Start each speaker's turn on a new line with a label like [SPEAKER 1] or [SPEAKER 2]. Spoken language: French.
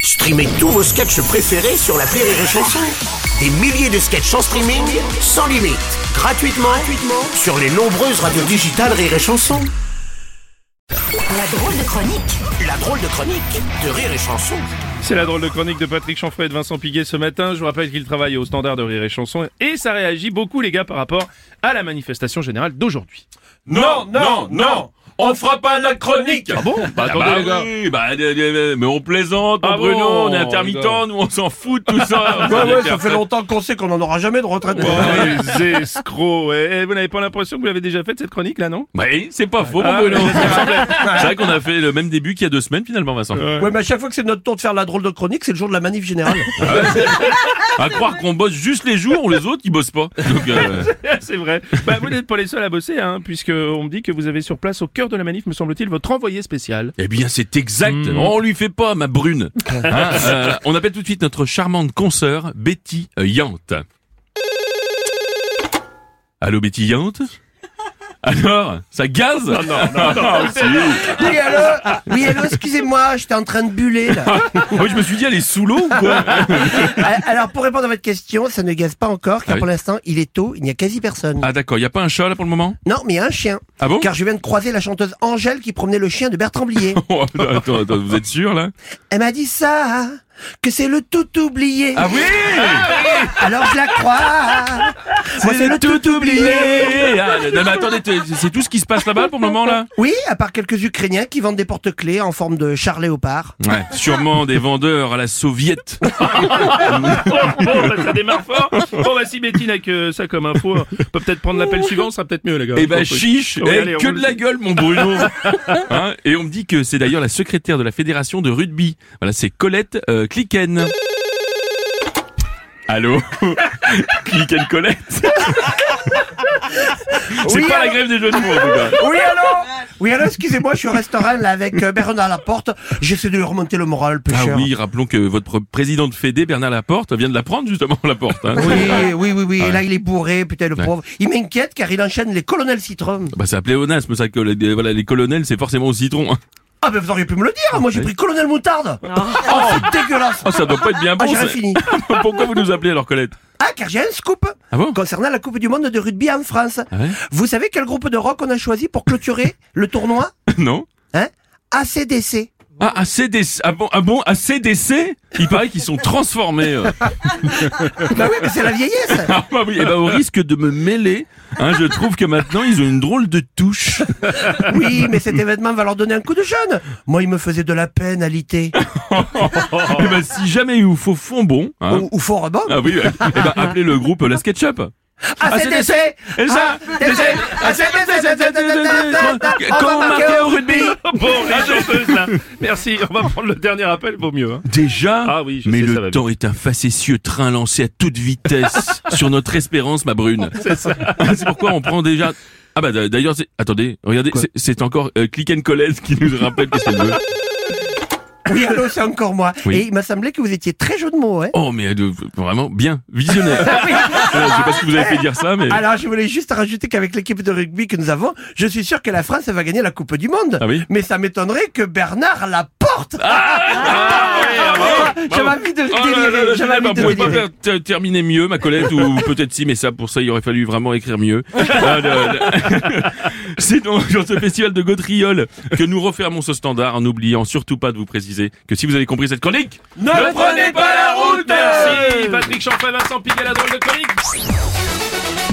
[SPEAKER 1] Streamez tous vos sketchs préférés sur la Rire et Chanson. Des milliers de sketchs en streaming, sans limite, gratuitement, gratuitement sur les nombreuses radios digitales Rire et Chanson.
[SPEAKER 2] La drôle de chronique
[SPEAKER 1] La drôle de chronique de Rire et Chanson.
[SPEAKER 3] C'est la drôle de chronique de Patrick Chanfray et de Vincent Piguet ce matin. Je vous rappelle qu'il travaille au standard de rire et chanson et ça réagit beaucoup les gars par rapport à la manifestation générale d'aujourd'hui.
[SPEAKER 4] Non, non, non On fera pas la chronique
[SPEAKER 3] Ah bon Bah attendez
[SPEAKER 4] bah
[SPEAKER 3] les gars.
[SPEAKER 4] oui, bah, de- de- de- mais on plaisante,
[SPEAKER 3] Ah
[SPEAKER 4] on Bruno,
[SPEAKER 3] bon,
[SPEAKER 4] on est intermittent,
[SPEAKER 3] d'accord.
[SPEAKER 4] nous on s'en fout de tout ça.
[SPEAKER 5] Ouais, ouais, ça fait longtemps qu'on sait qu'on n'en aura jamais de retraite.
[SPEAKER 3] Oh, les escrocs. Eh, eh, vous n'avez pas l'impression que vous l'avez déjà faite cette chronique là non
[SPEAKER 4] Oui, c'est pas faux, mon
[SPEAKER 3] Ah,
[SPEAKER 4] Bruno. c'est vrai qu'on a fait le même début qu'il y a deux semaines finalement, Vincent.
[SPEAKER 5] Ouais, mais à chaque fois que c'est notre tour de faire la drôle de chronique, c'est le jour de la manif générale.
[SPEAKER 4] À croire qu'on bosse juste les jours, les autres ils bossent pas. Donc, euh,
[SPEAKER 3] C'est vrai. Bah, vous n'êtes pas les seuls à bosser hein, puisque on me dit que vous avez sur place au cœur de la manif me semble-t-il votre envoyé spécial.
[SPEAKER 4] Eh bien, c'est exact. On lui fait pas, ma brune. Hein, euh, on appelle tout de suite notre charmante consoeur, Betty Yante. Allô, Betty Yante Alors, ça gaze Non, non, non,
[SPEAKER 5] oui, allô Oui, allô, excusez-moi, j'étais en train de buller, là.
[SPEAKER 4] Moi, je me suis dit, elle est sous l'eau ou quoi
[SPEAKER 5] A- Alors, pour répondre à votre question, ça ne gaze pas encore, car
[SPEAKER 4] Ah oui.
[SPEAKER 5] pour l'instant, il est tôt, il n'y a quasi personne.
[SPEAKER 4] Ah d'accord, il y a pas un chat là pour le moment
[SPEAKER 5] Non, mais il y a un chien.
[SPEAKER 4] Ah bon
[SPEAKER 5] Car je viens de croiser la chanteuse Angèle qui promenait le chien de Bertrand Blier.
[SPEAKER 4] Oh, attends, attends, vous êtes sûr là
[SPEAKER 5] Elle m'a dit ça, que c'est le tout oublié.
[SPEAKER 4] Ah oui
[SPEAKER 5] Alors je la crois. Moi, c'est le tout oublié.
[SPEAKER 4] Ah, non, mais attendez, t- c'est tout ce qui se passe là-bas pour le moment là
[SPEAKER 5] Oui, à part quelques Ukrainiens qui vendent des porte-clés en forme de char léopard.
[SPEAKER 4] Ouais, sûrement des vendeurs à la soviète.
[SPEAKER 3] Bon bah, ça démarre fort. Bon bah si Betty n'a que ça comme info, on peut peut-être prendre l'appel suivant, ça sera peut-être mieux les gars.
[SPEAKER 4] Eh ben chiche,
[SPEAKER 3] Ouais,
[SPEAKER 4] eh,
[SPEAKER 3] allez,
[SPEAKER 4] que
[SPEAKER 3] on
[SPEAKER 4] de
[SPEAKER 3] le-
[SPEAKER 4] la gueule mon Bruno. Hein, et on me dit que c'est d'ailleurs la secrétaire de la fédération de rugby. Voilà, c'est Colette euh, Cliquen. Allô Cliquen Colette C'est
[SPEAKER 5] Oui,
[SPEAKER 4] pas la
[SPEAKER 5] allô
[SPEAKER 4] grève des jeux de mots, en tout cas.
[SPEAKER 5] Oui, alors Oui, alors, excusez-moi, je suis au restaurant là, avec euh, Bernard Laporte. J'essaie de lui remonter le moral, le
[SPEAKER 4] Ah
[SPEAKER 5] pêcheur.
[SPEAKER 4] oui, rappelons que votre président de Fédé, Bernard Laporte, vient de la prendre justement, Laporte. Hein.
[SPEAKER 5] Oui, oui, oui, oui. Et là, il est bourré, putain, le pauvre. Il m'inquiète car il enchaîne les colonels citron.
[SPEAKER 4] Bah c'est un pléonasme ça, que les, voilà, les colonels c'est forcément au citron. hein.
[SPEAKER 5] Ah, ben, vous auriez pu me le dire. Moi, j'ai pris colonel moutarde. Oh, c'est dégueulasse.
[SPEAKER 4] Oh ça doit pas être bien
[SPEAKER 5] Ah,
[SPEAKER 4] bon
[SPEAKER 5] j'ai
[SPEAKER 4] ça.
[SPEAKER 5] fini.
[SPEAKER 4] Pourquoi vous nous appelez alors Colette
[SPEAKER 5] Ah, car j'ai un scoop.
[SPEAKER 4] Ah bon
[SPEAKER 5] Concernant la Coupe du Monde de rugby en France.
[SPEAKER 4] Ah ouais
[SPEAKER 5] Vous savez quel groupe de rock on a choisi pour clôturer le tournoi?
[SPEAKER 4] Non
[SPEAKER 5] Hein? ACDC.
[SPEAKER 4] Ah, à CDC, ah bon, ah bon, à CDC, il paraît qu'ils sont transformés. euh.
[SPEAKER 5] Bah oui, mais c'est la vieillesse.
[SPEAKER 4] Ah bah oui, et bah au risque de me mêler, hein, je trouve que maintenant ils ont une drôle de touche.
[SPEAKER 5] Oui, mais cet événement va leur donner un coup de jeune. Moi, il me faisait de la peine à
[SPEAKER 4] Et
[SPEAKER 5] l'ité.
[SPEAKER 4] bah si jamais il vous faut fond bon, hein,
[SPEAKER 5] Ou, ou fort rebond. Ah,
[SPEAKER 4] ah oui, et bah appelez le groupe euh, La SketchUp. Ah,
[SPEAKER 5] ACDC
[SPEAKER 4] Et ça,
[SPEAKER 5] ACDC ACDC
[SPEAKER 4] comment marquer au rugby
[SPEAKER 3] Oh, Bon les chanteuses là. Merci. On va prendre le dernier appel, vaut mieux. hein.
[SPEAKER 4] Déjà,
[SPEAKER 3] Ah oui, je
[SPEAKER 4] mais
[SPEAKER 3] sais, ça va
[SPEAKER 4] le temps est un facétieux train lancé à toute vitesse sur notre espérance, ma brune. C'est pourquoi on prend déjà. Ah bah d'a- d'ailleurs, c'est- attendez, regardez, c'est- c'est encore euh, Click and Collect qui nous rappelle que c'est le.
[SPEAKER 5] Oui, allô, c'est encore moi.
[SPEAKER 4] Oui.
[SPEAKER 5] Et il m'a semblé que vous étiez très jeu de mots, hein.
[SPEAKER 4] Oh mais euh, vraiment bien, visionnaire. Euh, je sais pas ce que vous avez fait dire ça, mais.
[SPEAKER 5] Alors, je voulais juste rajouter qu'avec l'équipe de rugby que nous avons, je suis sûr que la France va gagner la Coupe du Monde.
[SPEAKER 4] Ah oui
[SPEAKER 5] Mais ça m'étonnerait que Bernard la porte.
[SPEAKER 4] Ah,
[SPEAKER 3] Ah,
[SPEAKER 5] Ah, J'avais envie de
[SPEAKER 4] Oh là là là,
[SPEAKER 5] délirer. J'avais
[SPEAKER 4] Ginette,
[SPEAKER 5] envie de
[SPEAKER 4] on pouvait pas
[SPEAKER 5] délirer.
[SPEAKER 4] faire ter- terminer mieux, ma collègue, ou peut-être si, mais ça, pour ça, il aurait fallu vraiment écrire mieux. Ah, le- le- C'est donc sur ce festival de Gaudriol que nous refermons ce standard en n'oubliant surtout pas de vous préciser que si vous avez compris cette chronique,
[SPEAKER 3] Ne
[SPEAKER 4] prenez pas la route
[SPEAKER 3] Merci Patrick Chanfray, Vincent Piguet, la drôle de chronique